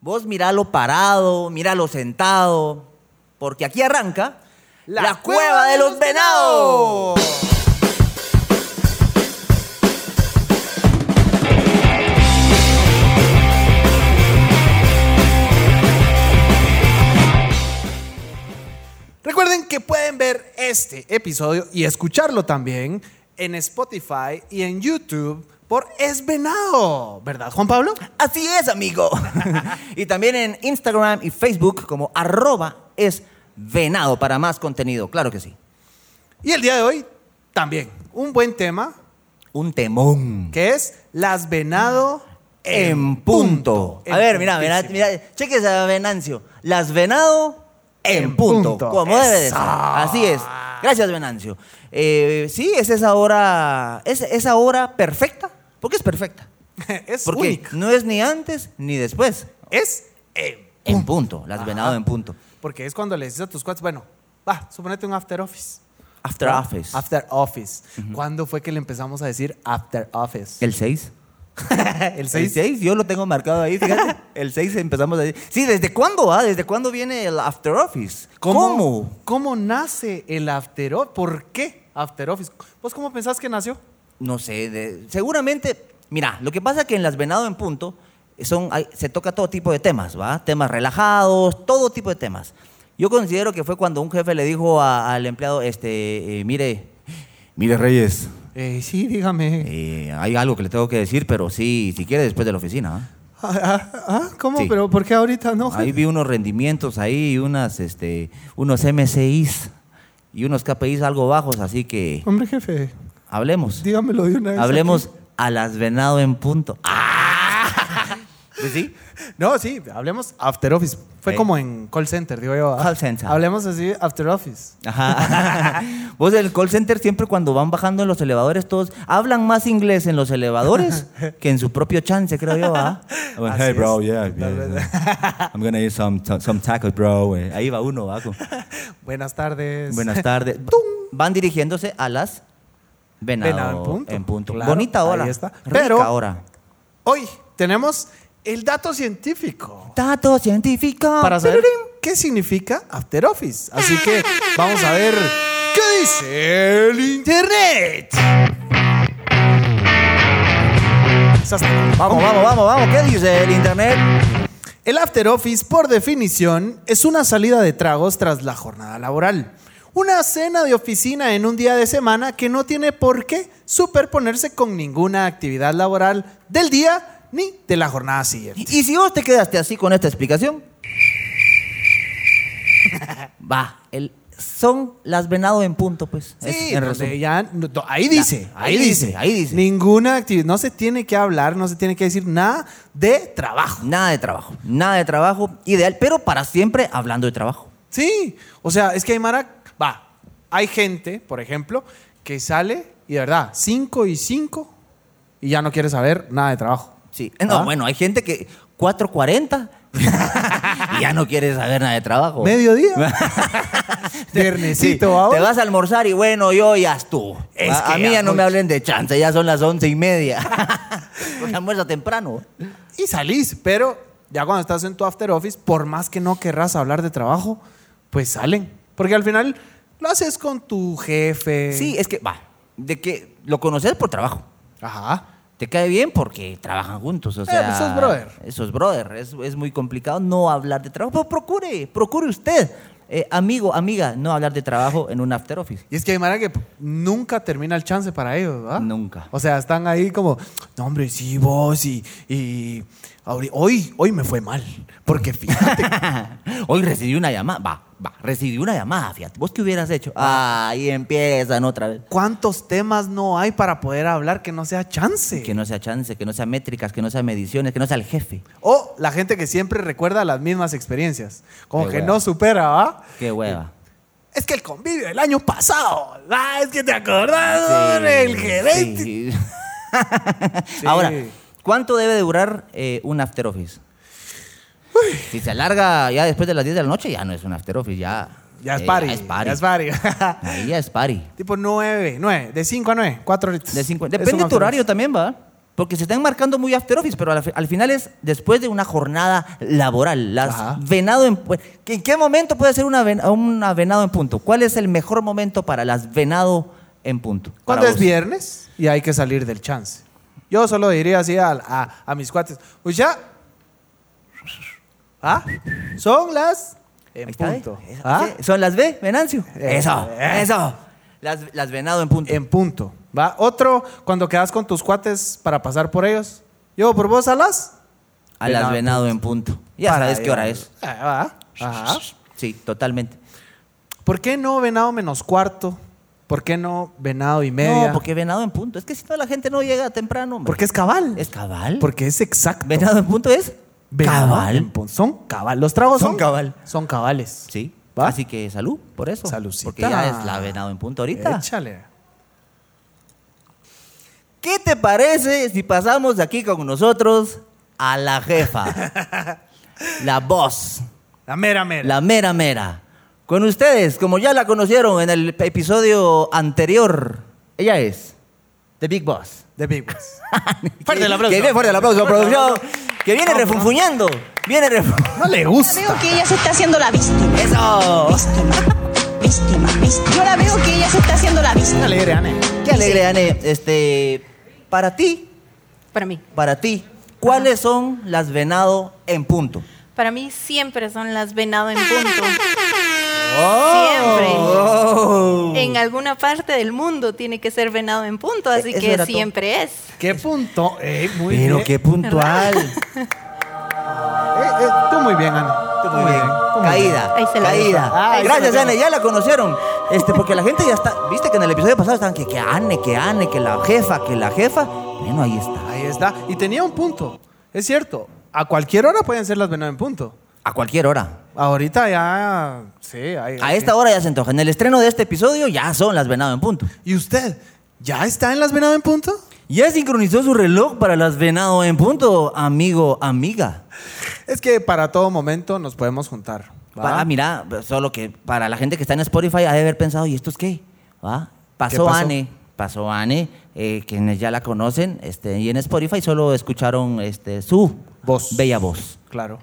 Vos miralo parado, míralo sentado, porque aquí arranca La, Cueva, de los Venados. Recuerden que pueden ver este episodio y escucharlo también en Spotify y en YouTube por Es Venado, ¿verdad, Juan Pablo? Así es, amigo. y también en Instagram y Facebook como arroba es venado para más contenido, claro que sí. Y el día de hoy también un buen tema Un temón. que es las venado En punto. En A ver, mira, mira, puntísimo. mira, cheque esa Venancio. Las Venado en En punto. punto. Como debe de ser. Eso. Así es. Gracias, Venancio. Eh, sí, es esa hora, es esa hora perfecta, porque es perfecta. es Porque única. no es ni antes ni después. Es en En punto. Las Venado en punto. Porque es cuando le dices a tus cuates, bueno, va, suponete un after office. After ¿Va? Office. After office. ¿Cuándo fue que le empezamos a decir after office? el 6. El El 6. 6, yo lo tengo marcado ahí, fíjate. El 6 empezamos a decir. Sí, ¿desde cuándo? Ah? ¿Desde cuándo viene el After Office? ¿Cómo? ¿Cómo nace el after office? ¿Por qué after office? ¿Vos cómo pensás que nació? No sé, de- seguramente, mira, lo que pasa es que en las Venado en Punto son, hay- se toca todo tipo de temas, ¿va? Temas relajados, todo tipo de temas. Yo considero que fue cuando un jefe le dijo a- al empleado, este, eh, mire, mire Reyes, Eh, sí, dígame. eh, hay algo que le tengo que decir, pero sí, si quiere después de la oficina. ¿ah? Ah, ah, ah, ¿Cómo? Sí. ¿Pero por qué ahorita no? Ahí vi unos rendimientos ahí, unas, este, unos MCIs y unos KPIs algo bajos, así que Hombre, jefe, hablemos. dígamelo de una vez. Hablemos a las Venado en Punto. ¡Ah! Pues sí. aquí. No, sí, hablemos after office. Fue Eh. como en call center, digo yo. ah. Call center. Hablemos así, after office. Ajá. Vos del call center siempre cuando van bajando en los elevadores todos hablan más inglés en los elevadores que en su propio chance, creo yo, ¿ah? I went, Así hey, bro, es, yeah, totalmente. yeah. I'm gonna eat some some tacos, bro. Eh, Ahí va uno, va. con- Buenas tardes. Buenas tardes. Van dirigiéndose a las Venado, Venado en punto. Claro, Bonita hora. ahí está. Rica Pero- hora. Hoy tenemos el dato científico Dato científico. para saber Tirirín. qué significa After Office. Así que vamos a ver qué dice el Internet. Vamos, vamos, vamos, vamos. ¿Qué dice el internet? El After Office, por definición, es una salida de tragos tras la jornada laboral. Una cena de oficina en un día de semana que no tiene por qué superponerse con ninguna actividad laboral del día ni de la jornada siguiente. Y si vos te quedaste así con esta explicación, va, el, son las venado en punto, pues. es- Sí, en donde resumen. ya- no, no, ahí dice, Ya, ahí, dice, ahí dice. Ninguna actividad, no se tiene que hablar, no se tiene que decir nada de trabajo. Nada de trabajo, nada de trabajo, ideal, pero para siempre hablando de trabajo. Sí, o sea, es que hay Mara, va, hay gente, por ejemplo, que sale y de verdad, 5 y 5 y ya no quiere saber nada de trabajo. Sí. Eh, No, ¿Ah? bueno, hay gente que 4.40 y ya no quiere saber nada de trabajo. Mediodía. Oh. Sí, Viernesito, te ahora. vas a almorzar y bueno, yo ya estuvo. Es a, Ah, a que mí ya ya no mucho. me hablen de chance, ya son las once y media. Porque Pues almuerza temprano. Y salís, pero ya cuando estás en tu after office, por más que no querrás hablar de trabajo, pues salen. Porque al final lo haces con tu jefe. Sí, es que, va, de que lo conoces por trabajo. Ajá. Te cae bien porque trabajan juntos, o Eh, sea... pues sos brother. Eso es brother, es, es muy complicado no hablar de trabajo. Pero procure, procure usted, eh, amigo, amiga, no hablar de trabajo en un after office. Y es que hay mara que p- nunca termina el chance para ellos, ¿verdad? Nunca. O sea, están ahí como, no, hombre, sí, vos, y, y ahori- hoy, hoy me fue mal. Porque fíjate, Hoy recibí una llamada, va, va, recibí una llamada, fíjate. ¿Vos qué hubieras hecho? Ahí empiezan otra vez. ¿cuántos temas no hay para poder hablar que no sea chance? Que no sea chance, que no sea métricas, que no sea mediciones, que no sea el jefe. O la gente que siempre recuerda las mismas experiencias. Como Qué que hueva. no supera, ¿va? Qué hueva. Es que el convivio del año pasado, ¿va? Es que te acordás, Sí, el gerente. sí. Sí. Ahora, ¿cuánto debe durar eh, un after office? Si se alarga ya después de las 10 de la noche, ya no es un after office, ya. Ya es eh, party. Ya es party. Ya es party. Ahí ya es party. tipo 9, 9, de 5 a 9, 4 horitas. De cinco- Es un Depende de tu after horario también, ¿va? Porque se están marcando muy after office, pero al, fi- al final es después de una jornada laboral. Las Ajá. venado en pu- ¿que ¿En qué momento puede ser una, ven- una venado en punto? ¿Cuál es el mejor momento para las venado en punto? Para Cuando es vos. viernes y hay que salir del chance. Yo solo diría así al- a, a mis cuates. Pues ya. ¿Ah? Son las. En Ahí está, ¿eh? punto. Eso, ¿Ah? sí, Son las B, Venancio. Eh, Eso, eh. eso. Las, las venado en punto. En punto. ¿Va? Otro, cuando quedas con tus cuates para pasar por ellos. Yo por vos a las. a las venado en punto. Ya Para sabes qué allá. hora es. Ah, va. Ajá. Sí, totalmente. ¿Por qué no venado menos cuarto? ¿Por qué no venado y media? No, porque venado en punto. Es que si no, la gente no llega temprano. hombre. Porque es cabal. ¿Es cabal? Porque es exacto. ¿Venado en punto es? Venado cabal. en pun- Son cabal. Los tragos Son son, cabal. Son cabales. Sí. ¿Va? Así que salud por eso. Salucita. Porque ya es la venado en punto ahorita. Échale. ¿Qué te parece si pasamos de aquí con nosotros a la jefa? la voz. La mera mera. La mera mera. Con ustedes, como ya la conocieron en el episodio anterior, ella es The Big Boss. De Big Boss. Que- Que viene fuerte el aplauso, producción. Que viene refunfuñando. Viene refunfuñando. No le Veo gusta. que ella se está haciendo la víctima. ¡Eso! Víctima, víctima, víctima. Yo la veo que ella se está haciendo la víctima. Alegre, Ane. Qué alegre, Ane. Este, para ti, Para mí. para ti, ¿cuáles son las venado en punto? Para mí siempre son las venado en punto. Oh. Siempre. En alguna parte del mundo tiene que ser venado en punto, así E-, Eso que era todo. siempre es. Qué punto. Eh, muy Pero bien. qué puntual. Eh, eh, tú muy bien, Ane. Tú Muy bien. tú muy Caída. Ahí se la Caída. dejo. Ahí se la Gracias, dejo. Ane. Ya la conocieron. Este, porque la gente ya está. Viste que en el episodio pasado estaban que, que Ane, que Ane, que la jefa, que la jefa. Bueno, ahí está. Ahí está. Y tenía un punto. Es cierto. A cualquier hora pueden ser las venado en punto. A cualquier hora. Ahorita ya. Sí, ahí- A esta hora ya se antoja. En el estreno de este episodio ya son las venado en punto. ¿Y usted? ¿Ya está en las venado en punto? Ya sincronizó su reloj para las venado en punto, amigo, amiga. Es que para todo momento nos podemos juntar. ¿va? Pa- Ah, mira, solo que para la gente que está en Spotify ha de haber pensado, ¿y esto es qué? ¿Va? Pasó, pasó? Ane, pasó Ane, eh, quienes ya la conocen, este, y en Spotify solo escucharon este, su Voz. bella voz. Claro.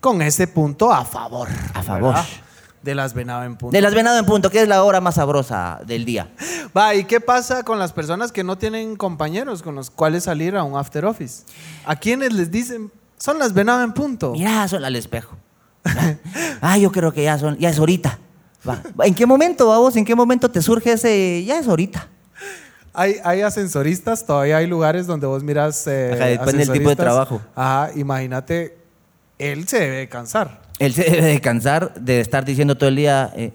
Con ese punto a favor. A favor. ¿verdad? De las venado en punto. De las venado en punto, que es la hora más sabrosa del día. Va, ¿y qué pasa con las personas que no tienen compañeros con los cuales salir a un after office? ¿A quienes les dicen, son las venado en punto? Mira, son al espejo. ah, yo creo que ya son, ya es ahorita. Va. ¿En qué momento, vamos? ¿En qué momento te surge ese? Ya es ahorita. Hay, hay ascensoristas, todavía hay lugares donde vos miras. eh, Ajá, depende del tipo de ascensoristas. trabajo. Ajá, imagínate, él se debe de cansar. Él se debe de cansar de estar diciendo todo el día. eh,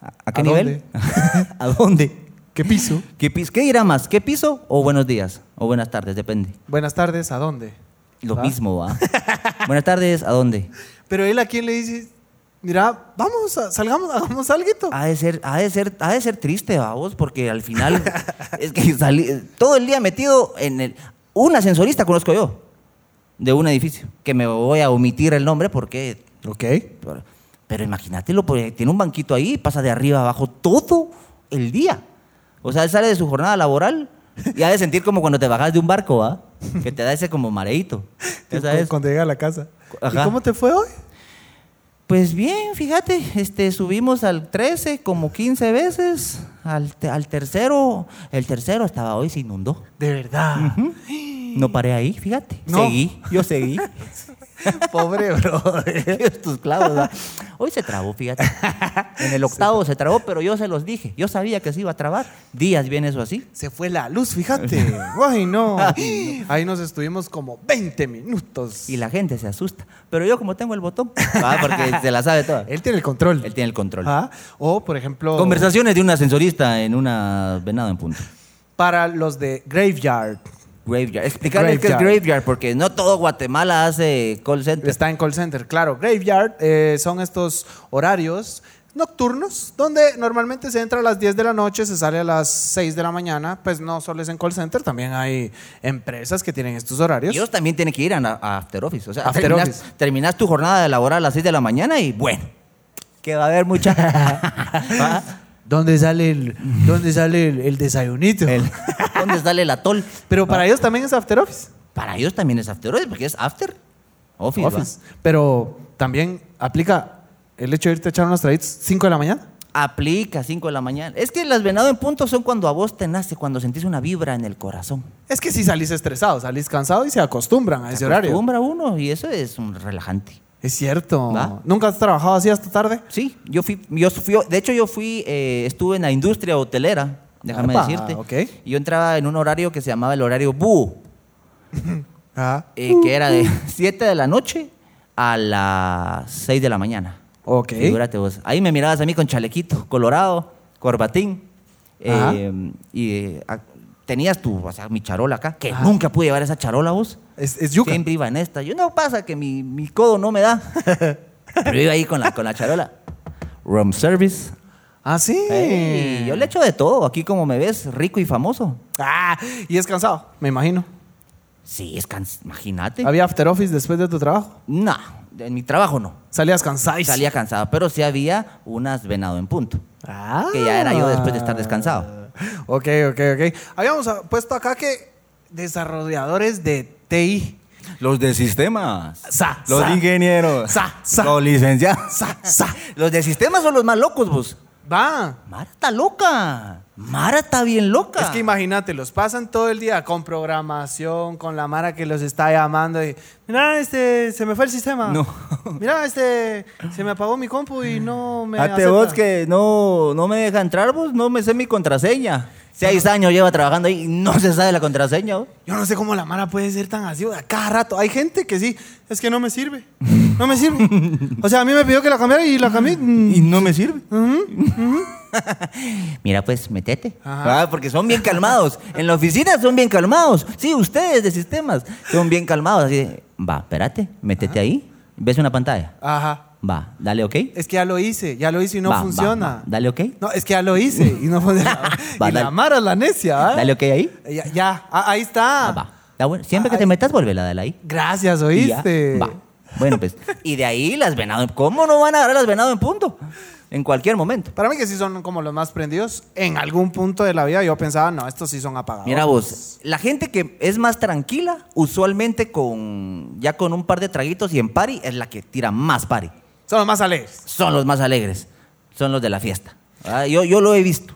¿a, a qué ¿A nivel? dónde? ¿A dónde? ¿Qué piso? ¿Qué, pis- ¿Qué irá más? ¿Qué piso o buenos días? O buenas tardes, depende. Buenas tardes, ¿a dónde? Lo ¿Va? mismo, va. buenas tardes, ¿a dónde? Pero él a quién le dice, mira, vamos, a- salgamos, hagamos algo. Ha de ser, ha de ser, ha de ser triste, vamos, porque al final es que salí todo el día metido en el. Un ascensorista conozco yo, de un edificio, que me voy a omitir el nombre porque Ok. Pero, pero imagínatelo, porque tiene un banquito ahí, pasa de arriba a abajo todo el día. O sea, él sale de su jornada laboral y ha de sentir como cuando te bajas de un barco, ¿ah? Que te da ese como mareíto. Ya sabes. Cuando llega a la casa. Ajá. ¿Y cómo te fue hoy? Pues bien, fíjate, este, subimos al 13 como 15 veces, al, te- al tercero, el tercero estaba hoy, se inundó. De verdad. No paré ahí, fíjate. No. Seguí, yo seguí. Pobre bro. Dios, tus clavos. ¿verdad? Hoy se trabó, fíjate. En el octavo se trabó, pero yo se los dije. Yo sabía que se iba a trabar. Días viene eso así. Se fue la luz, fíjate. Ay, no. Ahí nos estuvimos como 20 minutos. Y la gente se asusta. Pero yo como tengo el botón, ¿va? porque se la sabe toda. Él Él tiene el control. tiene el control. Ajá. O, por ejemplo, Conversaciones de un ascensorista en una venado en punto. para los de Graveyard. Graveyard. Explicarles qué es Graveyard. graveyard, porque no todo Guatemala hace call center. Está en call center, claro. Graveyard eh, son estos horarios nocturnos, donde normalmente se entra a las 10 de la noche, se sale a las 6 de la mañana. Pues no solo es en call center, también hay empresas que tienen estos horarios. Ellos también tienen que ir a, na- a After Office. O sea, After terminas, Office. terminas tu jornada de laboral a las 6 de la mañana y bueno, que va a haber mucha... Ah, ¿Va? ¿Dónde sale el, dónde sale el, el desayunito? El- ¿Dónde sale el atol? Pero para ellos también es After Office. Para ellos también es after office, porque es after office. ¿va? Office. Pero también aplica el hecho de irte a echar unos traguitos 5 de la mañana. Aplica 5 de la mañana. Es que las venado en punto son cuando a vos te nace, cuando sentís una vibra en el corazón. Es que si salís estresado, salís cansado y se acostumbran a ese horario. Acostumbra uno y eso es un relajante. Es cierto. ¿Va? ¿Nunca has trabajado así hasta tarde? Sí, yo fui, yo fui- de hecho yo fui, eh, estuve en la industria hotelera, déjame Epa, decirte. ok. Y Yo entraba en un horario que se llamaba el horario búho, Ah, eh, que era de 7 de la noche a las 6 de la mañana. ok. Figúrate vos. Ahí me mirabas a mí con chalequito, colorado, corbatín. eh, Ajá. y eh, a- tenías tu, o sea, mi charola acá, que nunca pude llevar esa charola vos. Es, es yuca. Siempre iba en esta. Yo no pasa que mi, mi codo no me da. Pero iba ahí con la, con la charola. Room service. Ah, sí. Ey, yo le echo de todo. Aquí como me ves, rico y famoso. Ah, y es cansado, me imagino. Sí, es cans... Imagínate. ¿Había After Office después de tu trabajo? No, en mi trabajo no. Salías cansado. Salía cansado, pero sí había unas venado en punto. Ah. Que ya era yo después de estar descansado. Ok, ok, ok. Habíamos ah, puesto acá que desarrolladores de TI. Los de sistemas. Sa, los sa. ingenieros. Sa, sa. Los licenciados. Sa, sa. Los de sistemas son los más locos, vos. Va. Mara está loca. Mara está bien loca. Es que imagínate, los pasan todo el día con programación, con la mara que los está llamando y mira, este, se me fue el sistema. No. Mira, este, se me apagó mi compu y no me Ate acepta". vos que no, no me deja entrar, vos. No me sé mi contraseña. Seis años lleva trabajando ahí y no se sabe la contraseña, vos. Yo no sé cómo la mara puede ser tan así, o sea, cada rato. Hay gente que sí, es que no me sirve. No me sirve. O sea, a mí me pidió que la cambiara y la cambié. Mm. Y no me sirve. Mira, pues, metete. Ajá. Ah, porque son bien calmados. En la oficina son bien calmados. Sí, ustedes de sistemas son bien calmados. Así de, va, espérate, métete ahí. ¿Ves una pantalla? Ajá. Va, dale ok. Es que ya lo hice, ya lo hice y no Va, va, funciona. va. Dale ok. No, es que ya lo hice y no funciona. Va, y la dale. mara es la necia, ¿ah? Dale ok ahí. Ya, ya. Ah, ahí está. Ah, va. Ah, bueno, siempre Ah, que te ahí- metas, vuelve a darle ahí. Gracias, Y ya, oíste. va. Bueno, pues. Y de ahí las venado. en- ¿Cómo no van a agarrar las venado en punto? En cualquier momento. Para mí que sí son como los más prendidos. En algún punto de la vida yo pensaba, no, estos sí son apagados. Mira pues. vos, la gente que es más tranquila, usualmente con ya con un par de traguitos y en pari, es la que tira más pari. Son los más alegres. Son los más alegres, son los de la fiesta. Ah, Yo, yo lo he visto.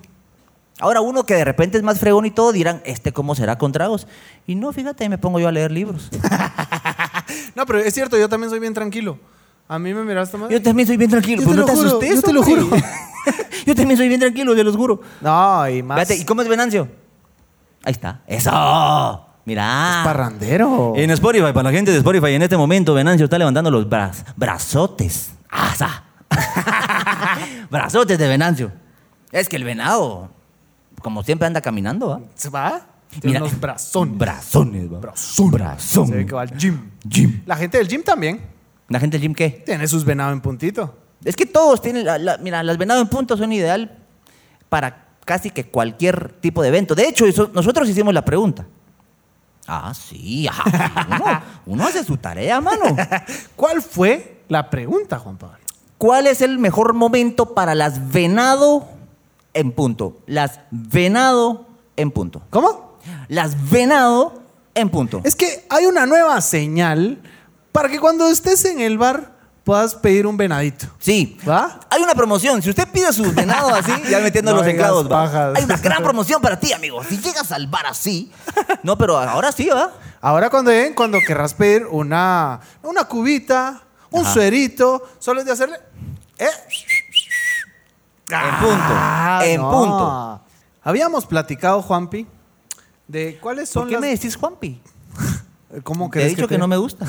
Ahora uno que de repente es más fregón y todo, dirán, ¿este cómo será con tragos? Y no, fíjate, me pongo yo a leer libros. No, pero es cierto, yo también soy bien tranquilo. A mí me miraste más. Yo también soy bien tranquilo. Yo Pues te no lo te juro, asustes, yo te lo hombre. juro. yo también soy bien tranquilo, te los juro. No, y más. Fíjate, ¿y cómo es Venancio? Ahí está. ¡Eso! Mirá. Parrandero. En Spotify, para la gente de Spotify, en este momento, Venancio está levantando los braz- brazotes. ¡Asa! brazotes de Venancio. Es que el venado, como siempre, anda caminando, ¿va? ¿Se va? Tiene unos brazones. Brazones, ¿va? Brazón. Brazón. Se ve que va al gym. Gym. La gente del gym también ¿La gente del gym qué? tiene sus venados en puntito. Es que todos tienen... la- la- mira, las venado en punto son ideal para casi que cualquier tipo de evento. De hecho, eso- nosotros hicimos la pregunta. Ah, sí. ajá, sí, uno, uno hace su tarea, mano. ¿Cuál fue la pregunta, Juan Pablo? ¿Cuál es el mejor momento para las venado en punto? Las venado en punto. ¿Cómo? Las venado en punto. Es que hay una nueva señal para que cuando estés en el bar puedas pedir un venadito. Sí. ¿Va? Hay una promoción. Si usted pide su venado así, ya metiendo No los digas enclados, ¿va? pajas. Hay una gran promoción para ti, amigo. Si llegas al bar así. No, pero ahora sí, ¿va? Ahora cuando lleguen, cuando querrás pedir una, una cubita, un suerito, solo es de hacerle... eh, En punto. Ah, en Ah, no. punto. Habíamos platicado, Juanpi, de cuáles son ¿Por qué las... eh, me decís Juanpi? ¿Cómo Te he crees dicho que, te- no me gusta.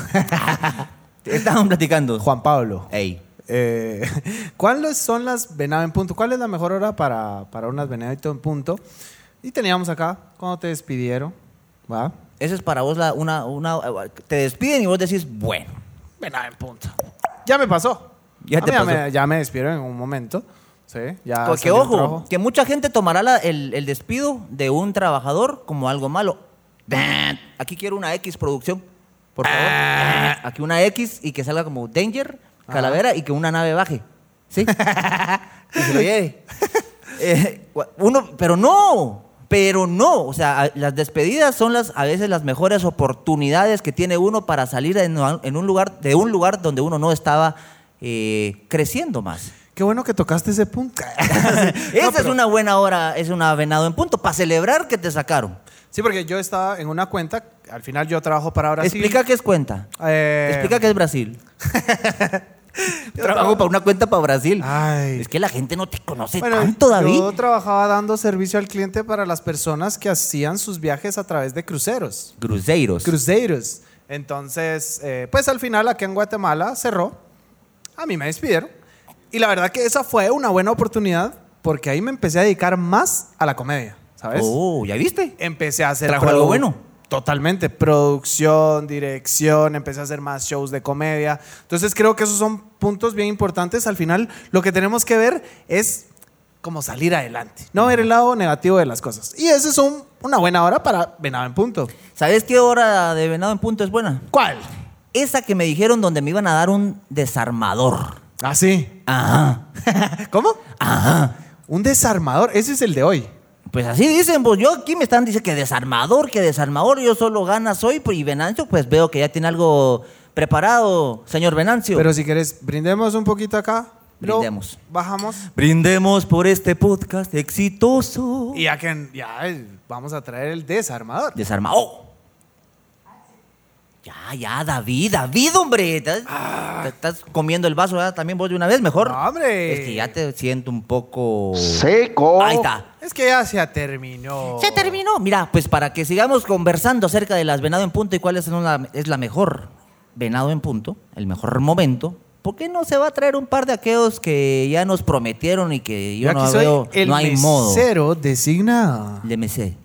Estaban platicando. Juan Pablo. Ey. Eh, ¿Cuáles son las venado en punto? ¿Cuál es la mejor hora para, para unas venadito en punto? Y teníamos acá, cuando te despidieron, ¿va? Esa es para vos la, una, una... eh, Te despiden y vos decís, bueno. Venado en punto. Ya me pasó. Ya A te mí pasó. Me, ya me despidieron en un momento. Sí, ya. Porque salí del ojo, trabajo. que mucha gente tomará la- el, el despido de un trabajador como algo malo. Aquí quiero una X producción, por favor. Ah. Aquí una X y que salga como Danger, Calavera y que una nave baje. ¿Sí? y se lo lleve. Eh, gua- uno, pero no. Pero no, o sea, a- las despedidas son las, a veces las mejores oportunidades que tiene uno para salir en, un- en un lugar, de un lugar donde uno no estaba eh, creciendo más. Qué bueno que tocaste ese punto. Esa es una buena hora, es una venado en punto, para celebrar que te sacaron. Sí, porque yo estaba en una cuenta, al final yo trabajo para Brasil. Explica qué es cuenta. Eh, Explica qué es Brasil. Trabajo para una cuenta para Brasil. Ay. Es que la gente no te conoce Bueno, tanto, David. Yo trabajaba dando servicio al cliente para las personas que hacían sus viajes a través de cruceros. Cruzeiros. Cruceros. Entonces, eh, pues al final aquí en Guatemala cerró. A mí me despidieron. Y la verdad que esa fue una buena oportunidad porque ahí me empecé a dedicar más a la comedia, ¿sabes? oh, ¿ya viste? Empecé a hacer... ¿Trajo algo produ- bueno? Totalmente. Producción, dirección, empecé a hacer más shows de comedia. Entonces creo que esos son puntos bien importantes. Al final lo que tenemos que ver es como salir adelante. No ver el lado negativo de las cosas. Y esa es un- una buena hora para Venado en Punto. ¿Sabes qué hora de venado en punto es buena? ¿Cuál? Esa que me dijeron donde me iban a dar un desarmador. Así. Ajá. ¿Cómo? Un desarmador. Ese es el de hoy. Pues así dicen, pues yo aquí me están diciendo que desarmador, que desarmador, yo solo ganas hoy, pues, y Venancio, pues veo que ya tiene algo preparado, señor Venancio. Pero si quieres, brindemos un poquito acá. Luego Brindemos. Bajamos. Brindemos por este podcast exitoso. Uh. Y ya que ya eh, vamos a traer el desarmador. Desarmado. Ya, ya, David, David, hombre. Estás, Ah. te estás comiendo el vaso ¿verdad? también vos de una vez, mejor. No, hombre. Es que ya te siento un poco. Seco. Ahí está. Es que ya se terminó. Se terminó. Mira, pues para que sigamos conversando acerca de las Venado en Punto y cuál es la, es la mejor Venado en Punto, el mejor momento, ¿por qué no se va a traer un par de aquellos que ya nos prometieron y que yo Yo aquí no soy veo, el no hay modo? mesero designado. Le mesé.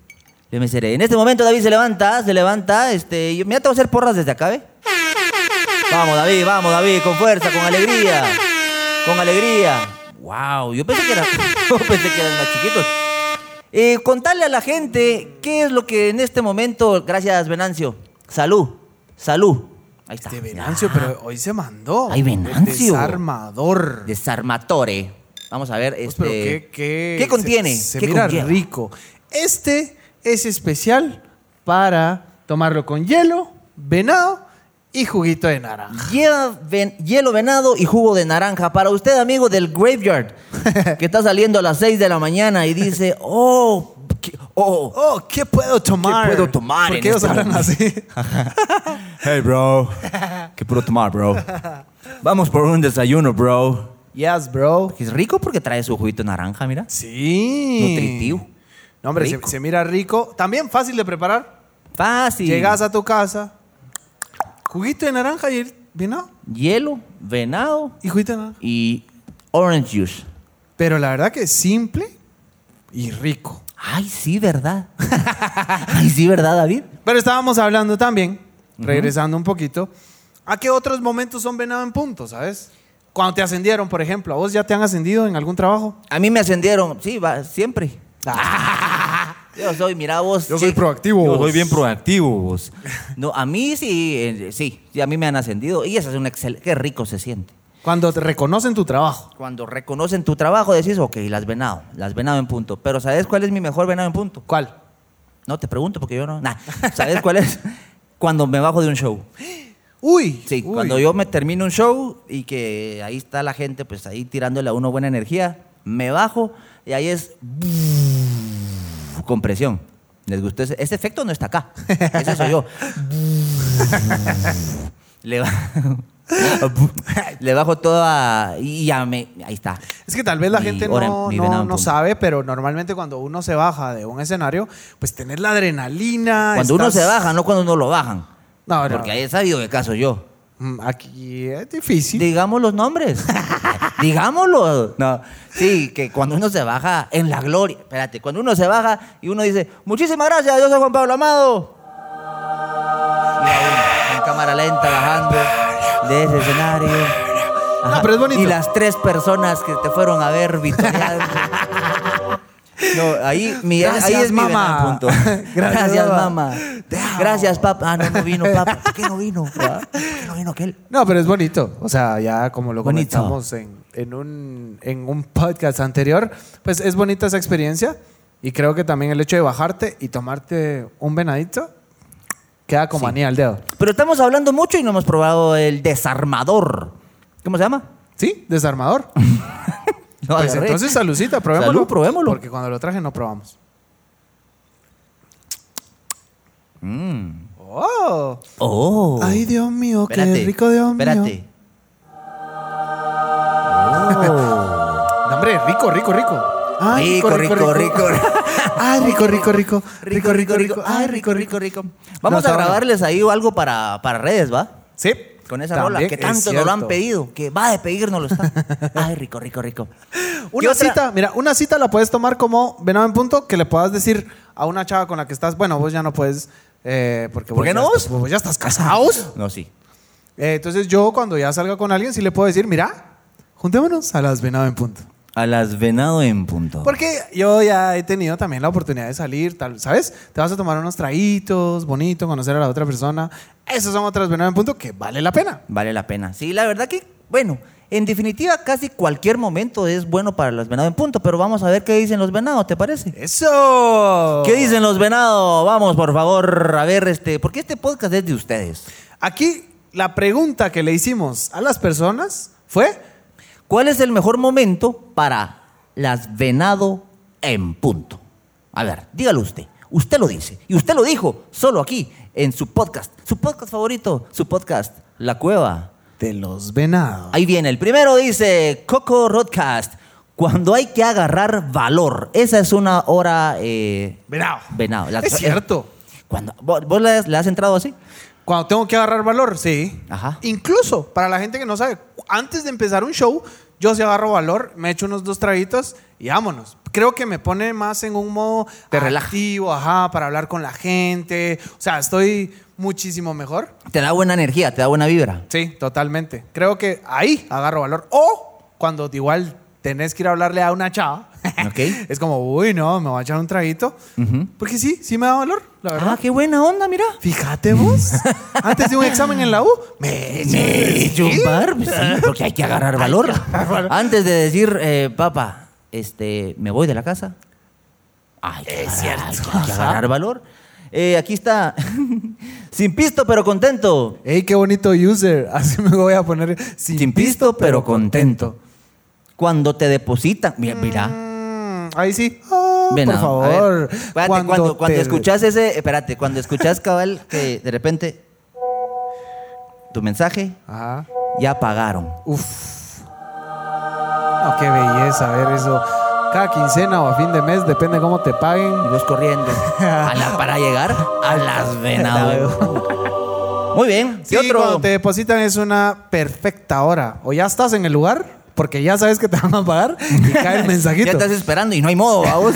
Le mesé. En este momento David se levanta, se levanta. Este, yo- mira, te voy a hacer porras desde acá, ¿ve? Vamos, David, vamos, David, con fuerza, con alegría. Con alegría. Wow, yo pensé que era, yo pensé que eran más chiquitos. Eh, contarle a la gente qué es lo que en este momento, gracias Venancio, salud, salud. Ahí está. De Venancio, pero hoy se mandó. Ay, Venancio. El desarmador. Desarmatore. Vamos a ver, Pues, este. pero qué, qué, se- contiene? Se, ¿Qué mira conlleva? rico. Este es especial para tomarlo con hielo, venado y juguito de naranja. Lleva ven- hielo venado y jugo de naranja para usted, amigo del Graveyard, que está saliendo a las 6 de la mañana y dice, oh, ¿qué- oh, Oh, ¿qué puedo tomar? puedo tomar ¿Por en qué ellos esta hablan así? Hey, bro. Qué puro tomar, bro. Vamos por un desayuno, bro. yes, bro. es rico porque trae su juguito de naranja, mira. Sí. Nutritivo. No, hombre, se, Rico. se mira rico. También fácil de preparar. Fácil. Llegas a tu casa, juguito de naranja y el vino Hielo, venado y juguito de naranja. y orange juice. Pero la verdad que es simple y rico. Ay, sí, ¿verdad? Ay, sí, ¿verdad, David? Pero estábamos hablando también, regresando un poquito, a qué otros momentos son venado en punto, ¿sabes? Cuando te ascendieron, por ejemplo, ¿a vos ya te han ascendido en algún trabajo? A mí me ascendieron, Ah. sí, va, siempre. Yo soy, mira vos. Yo soy sí. proactivo. Yo vos. soy bien proactivo. vos. No, a mí sí, eh, sí, sí, a mí me han ascendido y esa es una excelente, qué rico se siente. Cuando te reconocen tu trabajo. Cuando reconocen tu trabajo decís, ok, las venado, las venado en punto. Pero ¿sabes cuál es mi mejor venado en punto? ¿Cuál? No, te pregunto porque yo no. Nah, ¿sabes cuál es? Cuando me bajo de un show. Uy. Sí, uy. cuando yo me termino un show y que ahí está la gente, pues ahí tirándole a uno buena energía, me bajo y ahí es compresión. ¿Les gustó ese? Ese efecto no está acá. Ese soy yo. Le, ba- Le bajo toda y ya me... Ahí está. Es que tal vez la Mi gente hora- no, mi no- venado en no punta. sabe, pero normalmente cuando uno se baja de un escenario, pues tenés la adrenalina. Cuando uno estás- se baja, no cuando uno lo bajan. No, no. Porque ahí he sabido de caso yo. Mm, Aquí es difícil. Digamos los nombres. Digámoslo. No. Sí, que cuando uno se baja en la gloria. Espérate, cuando uno se baja y uno dice, muchísimas gracias, yo soy Juan Pablo Amado. Y va uno en cámara lenta bajando de ese escenario. Ajá. pero es bonito. Y las tres personas que te fueron a ver victoriando. No, ahí, mi, Gracias, ahí es mi mamá. venado en punto. Gracias, Gracias, mamá. mamá. Gracias, papá. Ah, no, no vino, papá. ¿Por qué no vino? ¿Por qué no vino aquel? No, pero es bonito. O sea, ya como lo Bonito. comentamos en, en un, en un podcast anterior, pues es bonita esa experiencia. Y creo que también el hecho de bajarte y tomarte un venadito queda como anilla al dedo. Pero estamos hablando mucho y no hemos probado el desarmador. ¿Cómo se llama? ¿Sí? Desarmador. No, pues agarré. entonces, salucita, probémoslo. Salud, probémoslo. Porque cuando lo traje no probamos. Mm. ¡Oh! Oh. ¡Ay, Dios mío! ¡Qué Espérate, rico, Dios mío! Espérate. No, hombre, rico, rico, rico. Ay, Rico, rico, rico. Ay, rico, rico, rico. Rico, rico, rico. Ay, rico, rico, rico. Vamos a grabarles ahí algo para, para redes, ¿va? Sí. Con esa También rola que es tanto nos lo han cierto. pedido, que va a despedirnos lo está. Ay, rico, rico, rico. ¿Qué Una otra? cita, mira, una cita la puedes tomar como venado en punto que le puedas decir a una chava con la que estás, bueno, vos ya no puedes, eh, porque ¿Por vos qué ya no estás- vos? vos ya estás casados. No, sí. Eh, entonces yo cuando ya salga con alguien sí le puedo decir, mira, juntémonos a las venado en punto. A las venado en punto. Porque yo ya he tenido también la oportunidad de salir, tal, ¿sabes? Te vas a tomar unos traguitos, bonito, conocer a la otra persona. Esas son otras venado en punto que vale la pena. Vale la pena. Sí, la verdad que, bueno, en definitiva, casi cualquier momento es bueno para las venado en punto, pero vamos a ver qué dicen los venados, ¿te parece? Eso. ¿Qué dicen los venados? Vamos, por favor, a ver, este, porque este podcast es de ustedes. Aquí la pregunta que le hicimos a las personas fue, ¿Cuál es el mejor momento para las venado en punto? A ver, dígalo usted. Usted lo dice. Y usted lo dijo solo aquí, en su podcast. Su podcast favorito, su podcast, La Cueva. de los venados. Ahí viene. El primero dice Coco Rodcast. Cuando hay que agarrar valor. Esa es una hora. eh, Venado. venado. La- Es cierto. Cuando, ¿Vos, vos le, has, le has entrado así? Cuando tengo que agarrar valor, sí. Ajá. Incluso para la gente que no sabe, antes de empezar un show, yo sí agarro valor, me echo unos dos traguitos y vámonos. Creo que me pone más en un modo Te relaja. relativo, ajá, para hablar con la gente. O sea, estoy muchísimo mejor. Te da buena energía, te da buena vibra. Sí, totalmente. Creo que ahí agarro valor. O cuando igual tenés que ir a hablarle a una chava. Ok. Es como, uy, no, me voy a echar un traguito. Porque sí, sí me da valor, la verdad. Ah, qué buena onda, mira. Fíjate vos, antes de un examen en la U, me Me echo un par, pues Eh, sí, porque hay que agarrar valor. Antes de decir, eh, papá, este, me voy de la casa. Ay, es cierto. Hay que agarrar valor. Eh, aquí está, sin pisto pero contento. Ey, qué bonito user. Así me voy a poner sin, Sin pisto pero contento. Cuando te depositan, mira, mira. Mm, ahí sí. Ah, Ven, a- por a favor. ver, espérate, cuando, cuando, te- escuchas ese, espérate, cuando escuchas cabal que de repente tu mensaje Ajá. ya pagaron. Uf. No, qué belleza ver eso. Cada quincena o a fin de mes, depende cómo te paguen. Y vos corriendo a la- para llegar a las venado. Muy bien. Sí, ¿Qué otro? cuando te depositan es una perfecta hora. O ya estás en el lugar, porque ya sabes que te van a pagar y cae el mensajito. Ya estás esperando y no hay modo, vamos.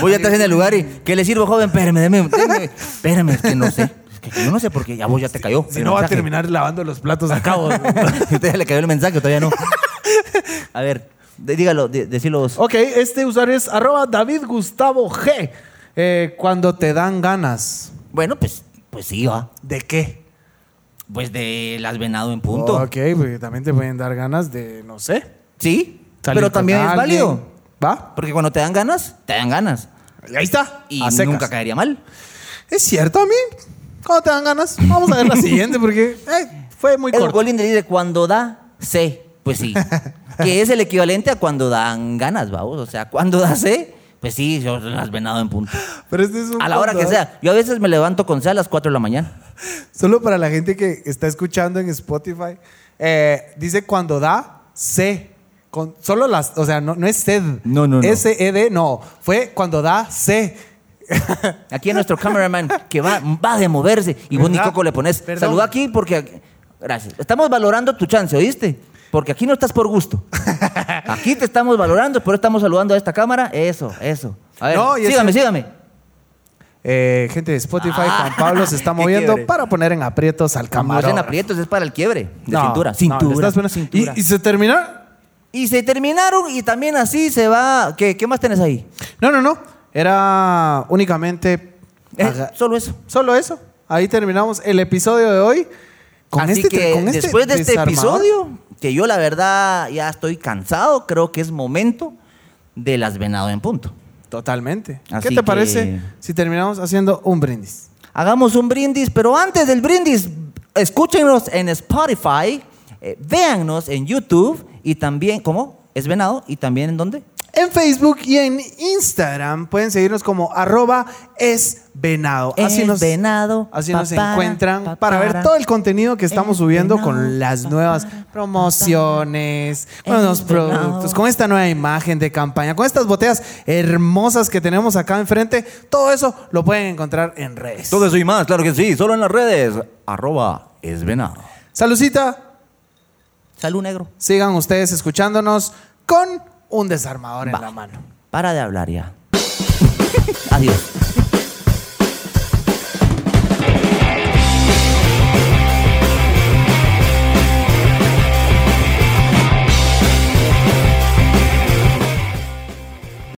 Vos ya estás en el lugar y ¿qué le sirvo, joven? Espérame, deme, deme. Espérame, es que no sé. Es que yo no sé por qué ya vos ya te cayó. Si el no va a mensaje. terminar lavando los platos a cabo. Usted ya le cayó el mensaje, todavía no. A ver, de- dígalo, de, decilo vos. ok, este usuario es arroba David Gustavo G. Eh, cuando te dan ganas. Bueno, pues, pues sí, va. ¿De qué? Pues de las venado en punto. Ok, porque también te pueden dar ganas de, no sé. Sí, salir pero con también es alguien. válido. ¿Va? Porque cuando te dan ganas, te dan ganas. Ahí está. Y A secas. nunca caería mal. Es cierto, a mí. Cuando te dan ganas. Vamos a ver la siguiente porque eh, fue muy El corto. Golin dice cuando da C, pues sí. que es el equivalente a cuando dan ganas, vamos. O sea, cuando da C, pues sí, yo las venado en punto. Pero este es un A la hora que punto, ¿eh? sea. Yo a veces me levanto con C a las 4 de la mañana. Solo para la gente que está escuchando en Spotify. eh, dice cuando da C. Con, solo las, o sea, no, no es sed. No, no, no. S-E-D, no. Fue cuando da C. Aquí a nuestro cameraman que va, va de moverse y vos ni ¿Verdad? coco le pones. Perdón. Saluda aquí porque. Gracias. Estamos valorando tu chance, ¿oíste? Porque aquí no estás por gusto. Aquí te estamos valorando, por eso estamos saludando a esta cámara. Eso, eso. A ver, No, y ese- sígame, sígame. Eh, gente de Spotify, Ah, Juan Pablo se está qué moviendo quiebre. para poner en aprietos al Como camarón. hacen aprietos, es para el quiebre. De No, cintura. no, Cintura. le estás poniendo- cintura. ¿Y, y se termina? Y se terminaron y también así se va. ¿Qué, qué más tenés ahí? No, no, no. Era únicamente. Eh, Aga- solo eso. Solo eso. Ahí terminamos el episodio de hoy. Con así este- que con este después de este desarmador. episodio, que yo la verdad ya estoy cansado, creo que es momento de las venado en punto. Totalmente. Así ¿Qué que- te parece si terminamos haciendo un brindis? Hagamos un brindis, pero antes del brindis, escúchenos en Spotify, eh, véannos en YouTube y también, ¿cómo? Es Venado y también en dónde? En Facebook y en Instagram pueden seguirnos como arroba esvenado. Es Venado, Así pa, nos para, encuentran pa, para ver para. todo el contenido que estamos Es subiendo Venado, con las pa, nuevas para, pa, para. promociones, con Es los productos, Venado. con esta nueva imagen de campaña, con estas botellas hermosas que tenemos acá enfrente. Todo eso lo pueden encontrar en redes. Todo eso y más, claro que sí, solo en las redes. Arroba es venado. Salucita, Salud Negro. sigan ustedes escuchándonos con un desarmador en la mano. Para de hablar ya. Adiós.